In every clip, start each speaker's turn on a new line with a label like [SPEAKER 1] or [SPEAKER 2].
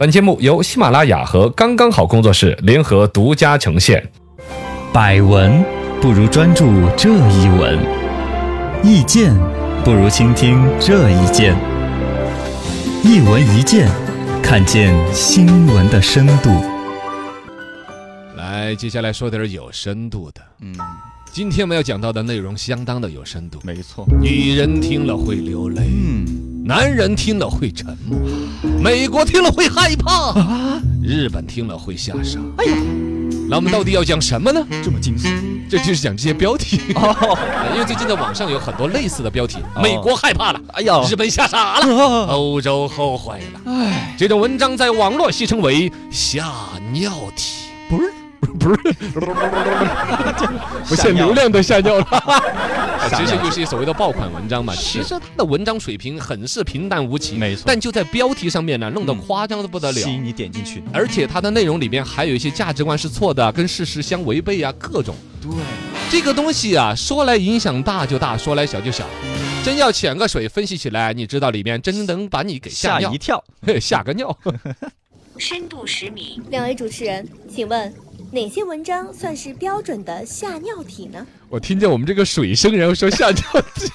[SPEAKER 1] 本节目由喜马拉雅和刚刚好工作室联合独家呈现。
[SPEAKER 2] 百闻不如专注这一闻，意见不如倾听这一见。一闻一见，看见新闻的深度。
[SPEAKER 1] 来，接下来说点有深度的。
[SPEAKER 2] 嗯，
[SPEAKER 1] 今天我们要讲到的内容相当的有深度，
[SPEAKER 2] 没错。
[SPEAKER 1] 女人听了会流泪，
[SPEAKER 2] 嗯，
[SPEAKER 1] 男人听了会沉默，美国听了会害怕，日本听了会吓傻。哎呀，那我们到底要讲什么呢？
[SPEAKER 2] 这么惊喜
[SPEAKER 1] 这就是讲这些标题，
[SPEAKER 2] 哦！
[SPEAKER 1] 因为最近在网上有很多类似的标题，美国害怕了，
[SPEAKER 2] 哎呀
[SPEAKER 1] 日本吓傻了。
[SPEAKER 2] 啊，
[SPEAKER 1] 欧洲后悔了。
[SPEAKER 2] 哎
[SPEAKER 1] 唉，这种文章在网络戏称为“吓尿体”，不是。不是，不限流量都吓尿 了，啊其实就是一所谓的爆款文章嘛。其实他的文章水平很是平淡无奇，
[SPEAKER 2] 没错
[SPEAKER 1] 但就在标题上面呢，弄得夸张的不得了
[SPEAKER 2] 吸。引你点进去。
[SPEAKER 1] 而且它的内容里面还有一些价值观是错的，跟事实相违背啊，各种。
[SPEAKER 2] 对，
[SPEAKER 1] 这个东西啊，说来影响大就大，说来小就小。真要潜个水分析起来，你知道里面真能把你给吓
[SPEAKER 2] 吓
[SPEAKER 1] 尿
[SPEAKER 2] 一，跳。
[SPEAKER 1] 嘿 吓个 尿。
[SPEAKER 3] 深度十米，
[SPEAKER 4] 两位主持人，请问哪些文章算是标准的吓尿体呢？
[SPEAKER 1] 我听见我们这个水声，然后说吓 尿体，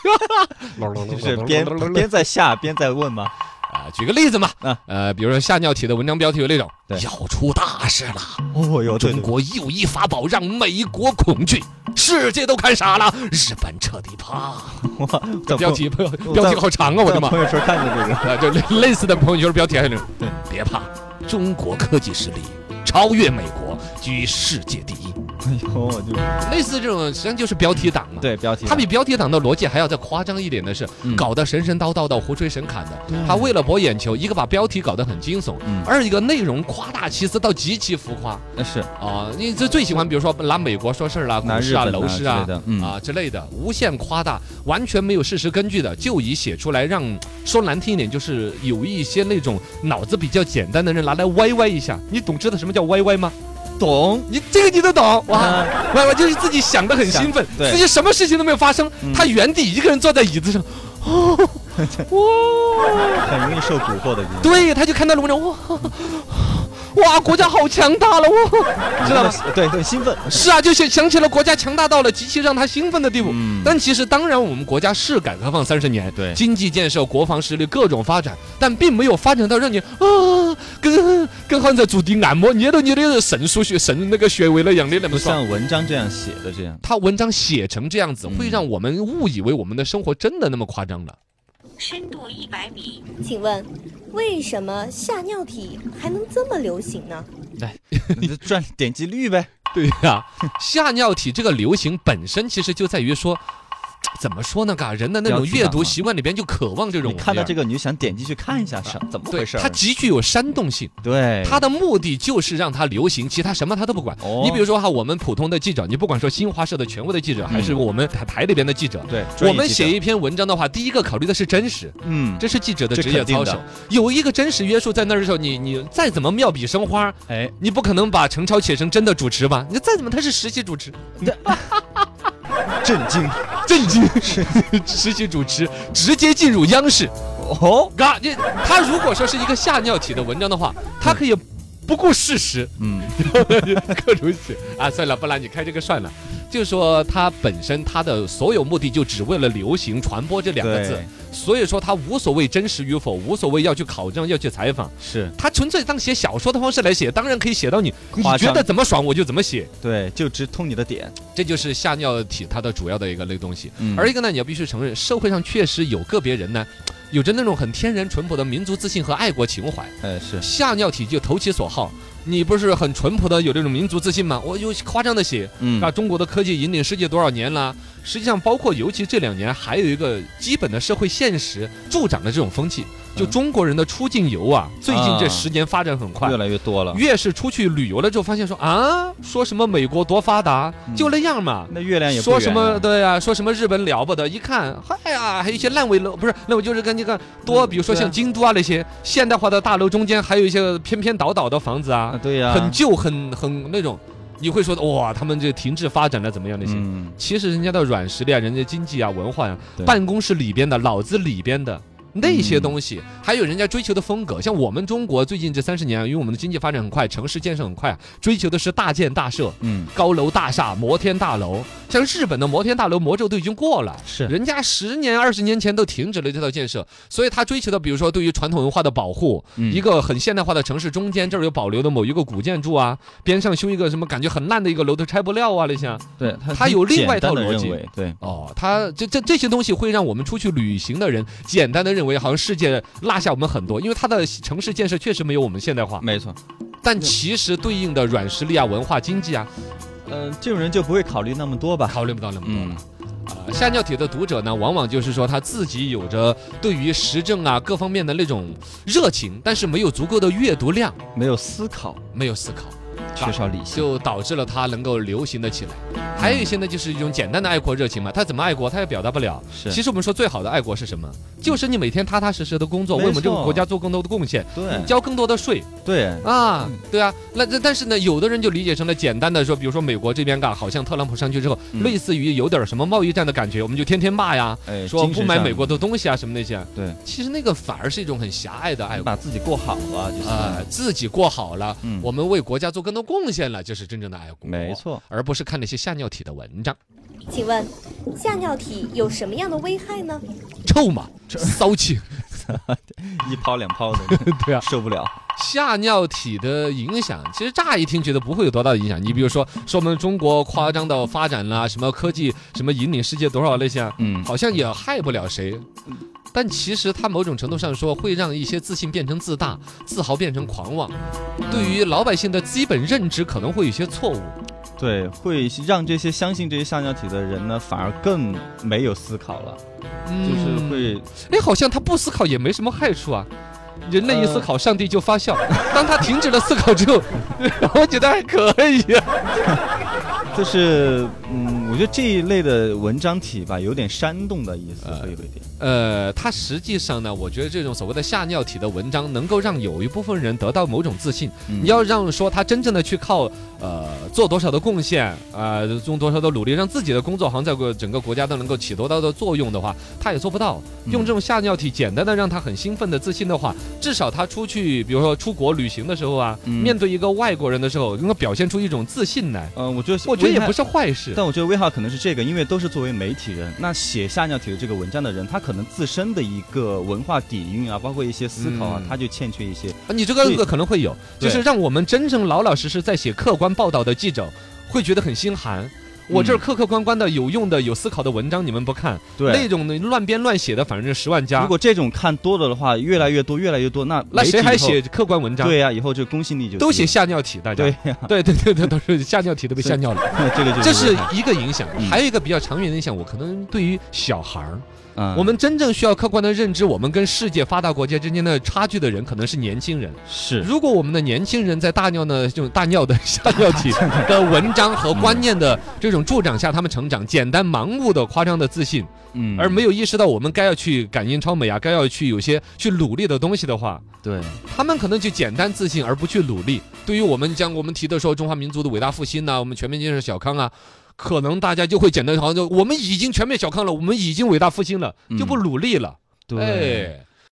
[SPEAKER 2] 就是边边在下边在问吗？
[SPEAKER 1] 啊，举个例子嘛
[SPEAKER 2] 啊，
[SPEAKER 1] 呃，比如说吓尿体的文章标题有那种
[SPEAKER 2] 对
[SPEAKER 1] 要出大事了，
[SPEAKER 2] 哦哟，对
[SPEAKER 1] 中国又一法宝让美国恐惧，世界都看傻了，日本彻底 怕。
[SPEAKER 2] 对
[SPEAKER 1] 标题标标题好长啊，我的妈！
[SPEAKER 2] 朋友圈看见这个，
[SPEAKER 1] 啊，就类类似的朋友圈标题还有那种
[SPEAKER 2] 对，
[SPEAKER 1] 别怕，中国科技实力超越美国，居世界第一。
[SPEAKER 2] 哎呦，我就
[SPEAKER 1] 类似这种，实际上就是标题党嘛。。
[SPEAKER 2] 对标题。
[SPEAKER 1] 他比标题党的逻辑还要再夸张一点的是，
[SPEAKER 2] 嗯
[SPEAKER 1] 搞得神神叨叨的、胡吹神侃的。他为了博眼球，一个把标题搞得很惊悚
[SPEAKER 2] 嗯，
[SPEAKER 1] 二一个内容夸大其词到极其浮夸
[SPEAKER 2] 那是
[SPEAKER 1] 啊！你这最喜欢，比如说拿美国说事儿啦、
[SPEAKER 2] 拿
[SPEAKER 1] 股
[SPEAKER 2] 日
[SPEAKER 1] 市啊、
[SPEAKER 2] 本
[SPEAKER 1] 楼
[SPEAKER 2] 啊之
[SPEAKER 1] 市
[SPEAKER 2] 类
[SPEAKER 1] 啊
[SPEAKER 2] 的，嗯
[SPEAKER 1] 啊之类的，无限夸大，完全没有事实根据的，就以写出来让说难听一点，就是有一些那种脑子比较简单的人拿来歪歪一下。你懂知道什么叫歪歪吗？
[SPEAKER 2] 懂
[SPEAKER 1] 你这个你都懂哇？
[SPEAKER 2] 啊
[SPEAKER 1] 歪歪就是自己想的很兴奋，
[SPEAKER 2] 对
[SPEAKER 1] 自己什么事情都没有发生，
[SPEAKER 2] 嗯
[SPEAKER 1] 他原地一个人坐在椅子 上，哦，哇，
[SPEAKER 2] 很容易受蛊惑的这种。
[SPEAKER 1] 对，他就看到了文章，哇，哇，国家好强大了，哇，知道吗？
[SPEAKER 2] 吧？对，很兴奋。
[SPEAKER 1] 是啊，就想想起了国家强大到了极其让他兴奋的地步。
[SPEAKER 2] 嗯
[SPEAKER 1] 但其实，当然，我们国家是改革开放三十年，
[SPEAKER 2] 对
[SPEAKER 1] 经济建设、国防实力各种发展，但并没有发展到让你啊，跟跟好像在做的按摩，捏到你的神术学神那个穴位了一样的
[SPEAKER 2] 不
[SPEAKER 1] 那
[SPEAKER 2] 啊
[SPEAKER 1] 么爽。
[SPEAKER 2] 像文章这样写的这样。
[SPEAKER 1] 他文章写成这样子，
[SPEAKER 2] 嗯
[SPEAKER 1] 会让我们误以为我们的生活真的那么夸 张了。
[SPEAKER 3] 深度一百米，
[SPEAKER 4] 请问为什么吓尿体还能这么流行呢？
[SPEAKER 2] 你就赚点击率呗。
[SPEAKER 1] 对呀、 吓尿体这个流行本身其实就在于说，怎么说呢？嘎，人的那种
[SPEAKER 2] 标题党
[SPEAKER 1] 阅读
[SPEAKER 2] 嘛
[SPEAKER 1] 习惯里边就渴望这种
[SPEAKER 2] 你
[SPEAKER 1] 玩意儿。
[SPEAKER 2] 看到这个，你就想点进去看一下是怎么
[SPEAKER 1] 嗯对，
[SPEAKER 2] 回事儿。
[SPEAKER 1] 它极具有煽动性，
[SPEAKER 2] 对，
[SPEAKER 1] 它的目的就是让它流行，其他什么它都不管。
[SPEAKER 2] 哦
[SPEAKER 1] 你比如说哈，我们普通的记者，你不管说新华社的权威的记者，还是我们台台里边的记者，
[SPEAKER 2] 嗯对，
[SPEAKER 1] 我
[SPEAKER 2] 专业
[SPEAKER 1] 们
[SPEAKER 2] 记
[SPEAKER 1] 写
[SPEAKER 2] 者
[SPEAKER 1] 一篇文章的话，第一个考虑的是真实，
[SPEAKER 2] 嗯，
[SPEAKER 1] 这是记者的
[SPEAKER 2] 这
[SPEAKER 1] 职业
[SPEAKER 2] 肯定
[SPEAKER 1] 操
[SPEAKER 2] 的
[SPEAKER 1] 守。有一个真实约束在那儿的时候，你你再怎么妙笔生花，
[SPEAKER 2] 哎，
[SPEAKER 1] 你不可能把陈超写成真的主持吧？你再怎么他是实习主持，
[SPEAKER 2] 震惊
[SPEAKER 1] 震惊，实习主持直接进入央视。
[SPEAKER 2] 哦，
[SPEAKER 1] 嘎，你他如果说是一个吓尿体的文章的话，他可以不顾事实，
[SPEAKER 2] 嗯，
[SPEAKER 1] 各种写 啊，算了，不然你开这个算了。就说他本身他的所有目的就只为了流行传播这两个字
[SPEAKER 2] 对，
[SPEAKER 1] 所以说他无所谓真实与否，无所谓要去考证要去采访，
[SPEAKER 2] 是
[SPEAKER 1] 他纯粹当写小说的方式来写，当然可以写到你你
[SPEAKER 2] 夸张
[SPEAKER 1] 觉得怎么爽我就怎么写，
[SPEAKER 2] 对，就直通你的点，
[SPEAKER 1] 这就是吓尿体它的主要的一个类东西。
[SPEAKER 2] 嗯
[SPEAKER 1] 而一个呢，你要必须承认，社会上确实有个别人呢，有着那种很天然淳朴的民族自信和爱国情怀。
[SPEAKER 2] 呃是
[SPEAKER 1] 吓尿体就投其所好。你不是很淳朴的有这种民族自信吗？我有夸张的写，
[SPEAKER 2] 嗯
[SPEAKER 1] 啊，中国的科技引领世界多少年啦？实际上，包括尤其这两年，还有一个基本的社会现实助长了这种风气。就
[SPEAKER 2] 嗯
[SPEAKER 1] 中国人的出境游啊，最近这
[SPEAKER 2] 啊
[SPEAKER 1] 十年发展很快
[SPEAKER 2] 越，来越多了，
[SPEAKER 1] 越是出去旅游了之后，发现说啊，说什么美国多发达，
[SPEAKER 2] 嗯
[SPEAKER 1] 就那样嘛。
[SPEAKER 2] 那月亮也不啊
[SPEAKER 1] 说
[SPEAKER 2] 圆
[SPEAKER 1] 什么
[SPEAKER 2] 了
[SPEAKER 1] 对呀、说什么日本了不得，一看，嗨呀，还有一些烂尾楼，不是那我就是跟那个多，
[SPEAKER 2] 嗯
[SPEAKER 1] 比如说
[SPEAKER 2] 对啊
[SPEAKER 1] 像京都啊那些现代化的大楼中间还有一些偏偏倒倒的房子
[SPEAKER 2] 啊
[SPEAKER 1] 啊，
[SPEAKER 2] 对呀，
[SPEAKER 1] 很旧很很那种，你会说哇，他们这停滞发展了怎么样那些？
[SPEAKER 2] 嗯
[SPEAKER 1] 其实人家的软实力啊，人家经济啊，文化呀、
[SPEAKER 2] 对
[SPEAKER 1] 办公室里边的，脑子里边的，那些东西，还有人家追求的风格。像我们中国最近这三十年啊，因为我们的经济发展很快，城市建设很快啊，追求的是大建大设，
[SPEAKER 5] 嗯，
[SPEAKER 1] 高楼大厦、摩天大楼。像日本的摩天大楼魔咒都已经过了，
[SPEAKER 5] 是
[SPEAKER 1] 人家十年、二十年前都停止了这套建设，所以他追求的，比如说对于传统文化的保护，
[SPEAKER 5] 嗯
[SPEAKER 1] 一个很现代化的城市中间这儿有保留的某一个古建筑啊，边上修一个什么感觉很烂的一个楼都拆不了啊那些啊。
[SPEAKER 5] 对他
[SPEAKER 1] 他有另外一套
[SPEAKER 5] 简单地
[SPEAKER 1] 逻辑
[SPEAKER 5] 认为，对，
[SPEAKER 1] 哦，他这这这些东西会让我们出去旅行的人简单的认为，好像世界落下我们很多，因为它的城市建设确实没有我们现代化，
[SPEAKER 5] 没错。
[SPEAKER 1] 但其实对应的软实力啊、文化、经济啊，
[SPEAKER 2] 呃
[SPEAKER 5] 嗯，这种人就不会考虑那么多吧？
[SPEAKER 1] 考虑不到那么多
[SPEAKER 5] 嗯
[SPEAKER 1] 了。啊，吓尿帖的读者呢，往往就是说他自己有着对于时政啊各方面的那种热情，但是没有足够的阅读量，
[SPEAKER 5] 没有思考，
[SPEAKER 1] 没有思考。
[SPEAKER 5] 缺少理性。
[SPEAKER 1] 就导致了它能够流行的起来。还有一些呢，就是一种简单的爱国热情嘛，他怎么爱国，他也表达不了。
[SPEAKER 5] 是
[SPEAKER 1] 其实我们说最好的爱国是什么？就是你每天踏踏实实的工作，
[SPEAKER 5] 嗯没
[SPEAKER 1] 为我们这个
[SPEAKER 5] 错哎
[SPEAKER 1] 国家做更多的贡献，
[SPEAKER 5] 对
[SPEAKER 1] 交更多的税
[SPEAKER 5] 对，
[SPEAKER 1] 啊，对啊。那那但是呢，有的人就理解成了简单的说，比如说美国这边嘎，好像特朗普上去之后，
[SPEAKER 5] 嗯
[SPEAKER 1] 类似于有点什么贸易战的感觉，我们就天天骂呀，
[SPEAKER 5] 哎，
[SPEAKER 1] 说
[SPEAKER 5] 精
[SPEAKER 1] 不
[SPEAKER 5] 神
[SPEAKER 1] 买
[SPEAKER 5] 上
[SPEAKER 1] 美国的东西啊什么那些。
[SPEAKER 5] 对，
[SPEAKER 1] 其实那个反而是一种很狭隘的爱国。
[SPEAKER 5] 把自己过好了，就是
[SPEAKER 1] 啊，自己过好了，
[SPEAKER 5] 嗯
[SPEAKER 1] 我们为国家做更多贡献了，就是真正的爱国。
[SPEAKER 5] 没错，
[SPEAKER 1] 而不是看那些吓尿体的文章，
[SPEAKER 4] 请问，吓尿体有什么样的危害呢？
[SPEAKER 1] 臭嘛，骚气。
[SPEAKER 5] 一抛两抛的，
[SPEAKER 1] 对啊，
[SPEAKER 5] 受不了。
[SPEAKER 1] 吓尿体的影响，其实乍一听觉得不会有多大的影响。你比如说，说我们中国夸张的发展啦，什么科技，什么引领世界多少那些啊，
[SPEAKER 5] 嗯
[SPEAKER 1] 好像也害不了谁。但其实它某种程度上说，会让一些自信变成自大，自豪变成狂妄，对于老百姓的基本认知可能会有些错误。
[SPEAKER 5] 对，会让这些相信这些橡胶体的人呢，反而更没有思考了，
[SPEAKER 1] 嗯
[SPEAKER 5] 就是会
[SPEAKER 1] 哎，好像他不思考也没什么害处啊。人类一思考，上帝就发笑。当他停止了思考之后， 我觉得还可以、啊。
[SPEAKER 5] 就是嗯，我觉得这一类的文章体吧，有点煽动的意思，会有一点。
[SPEAKER 1] 呃，他实际上呢，我觉得这种所谓的吓尿体的文章，能够让有一部分人得到某种自信。你要让说他真正的去靠呃做多少的贡献，呃用多少的努力，让自己的工作好像在国整个国家都能够起多大的作用的话，他也做不到。用这种吓尿体简单的让他很兴奋的自信的话，至少他出去，比如说出国旅行的时候啊，
[SPEAKER 5] 嗯
[SPEAKER 1] 面对一个外国人的时候，能够表现出一种自信来，
[SPEAKER 5] 嗯、我觉得
[SPEAKER 1] 我觉得也不
[SPEAKER 5] 是。
[SPEAKER 1] 是坏事。
[SPEAKER 5] 但我觉得危害可能是这个，因为都是作为媒体人，那写下尿体的这个文章的人，他可能自身的一个文化底蕴啊，包括一些思考啊，
[SPEAKER 1] 嗯
[SPEAKER 5] 他就欠缺一些。
[SPEAKER 1] 你这个
[SPEAKER 5] 对
[SPEAKER 1] 可能会有，就
[SPEAKER 5] 对
[SPEAKER 1] 是让我们真正老老实实在写客观报道的记者，会觉得很心寒。我这儿
[SPEAKER 5] 嗯
[SPEAKER 1] 客客观观的、有用的、有思考的文章，你们不看，那
[SPEAKER 5] 对，
[SPEAKER 1] 种的乱编乱写的，反正是十万加
[SPEAKER 5] 如。果这种看多了的话，越来越多，越来越多，那
[SPEAKER 1] 啊那
[SPEAKER 5] 媒体
[SPEAKER 1] 谁还
[SPEAKER 5] 以后
[SPEAKER 1] 写？客观文章？
[SPEAKER 5] 对，呀、啊以后这公信力就
[SPEAKER 1] 都写
[SPEAKER 5] 低
[SPEAKER 1] 吓尿体，大
[SPEAKER 5] 了
[SPEAKER 1] 家。
[SPEAKER 5] 对呀、
[SPEAKER 1] 对对对对，都是吓尿体都被吓尿了。
[SPEAKER 5] 这个就
[SPEAKER 1] 这
[SPEAKER 5] 危
[SPEAKER 1] 是
[SPEAKER 5] 害
[SPEAKER 1] 一个影响，
[SPEAKER 5] 嗯
[SPEAKER 1] 还有一个比较长远的影响，我可能对于小孩儿，
[SPEAKER 5] 嗯
[SPEAKER 1] 我们真正需要客观的认知我们跟世界发达国家之间的差距的人，可能是年轻人。
[SPEAKER 5] 是
[SPEAKER 1] 如果我们的年轻人在大尿呢这种大尿的下尿体的文章和观念的这种助长下，他们成长，简单盲目的夸张的自信，
[SPEAKER 5] 嗯
[SPEAKER 1] 而没有意识到我们该要去感应超美啊，该要去有些去努力的东西的话，
[SPEAKER 5] 对
[SPEAKER 1] 他们可能就简单自信而不去努力。对于我们将我们提的说中华民族的伟大复兴呐、我们全面建设小康啊，可能大家就会简单好像就我们已经全面小康了，我们已经伟大复兴了，就不努力了。
[SPEAKER 5] 嗯对、
[SPEAKER 1] 哎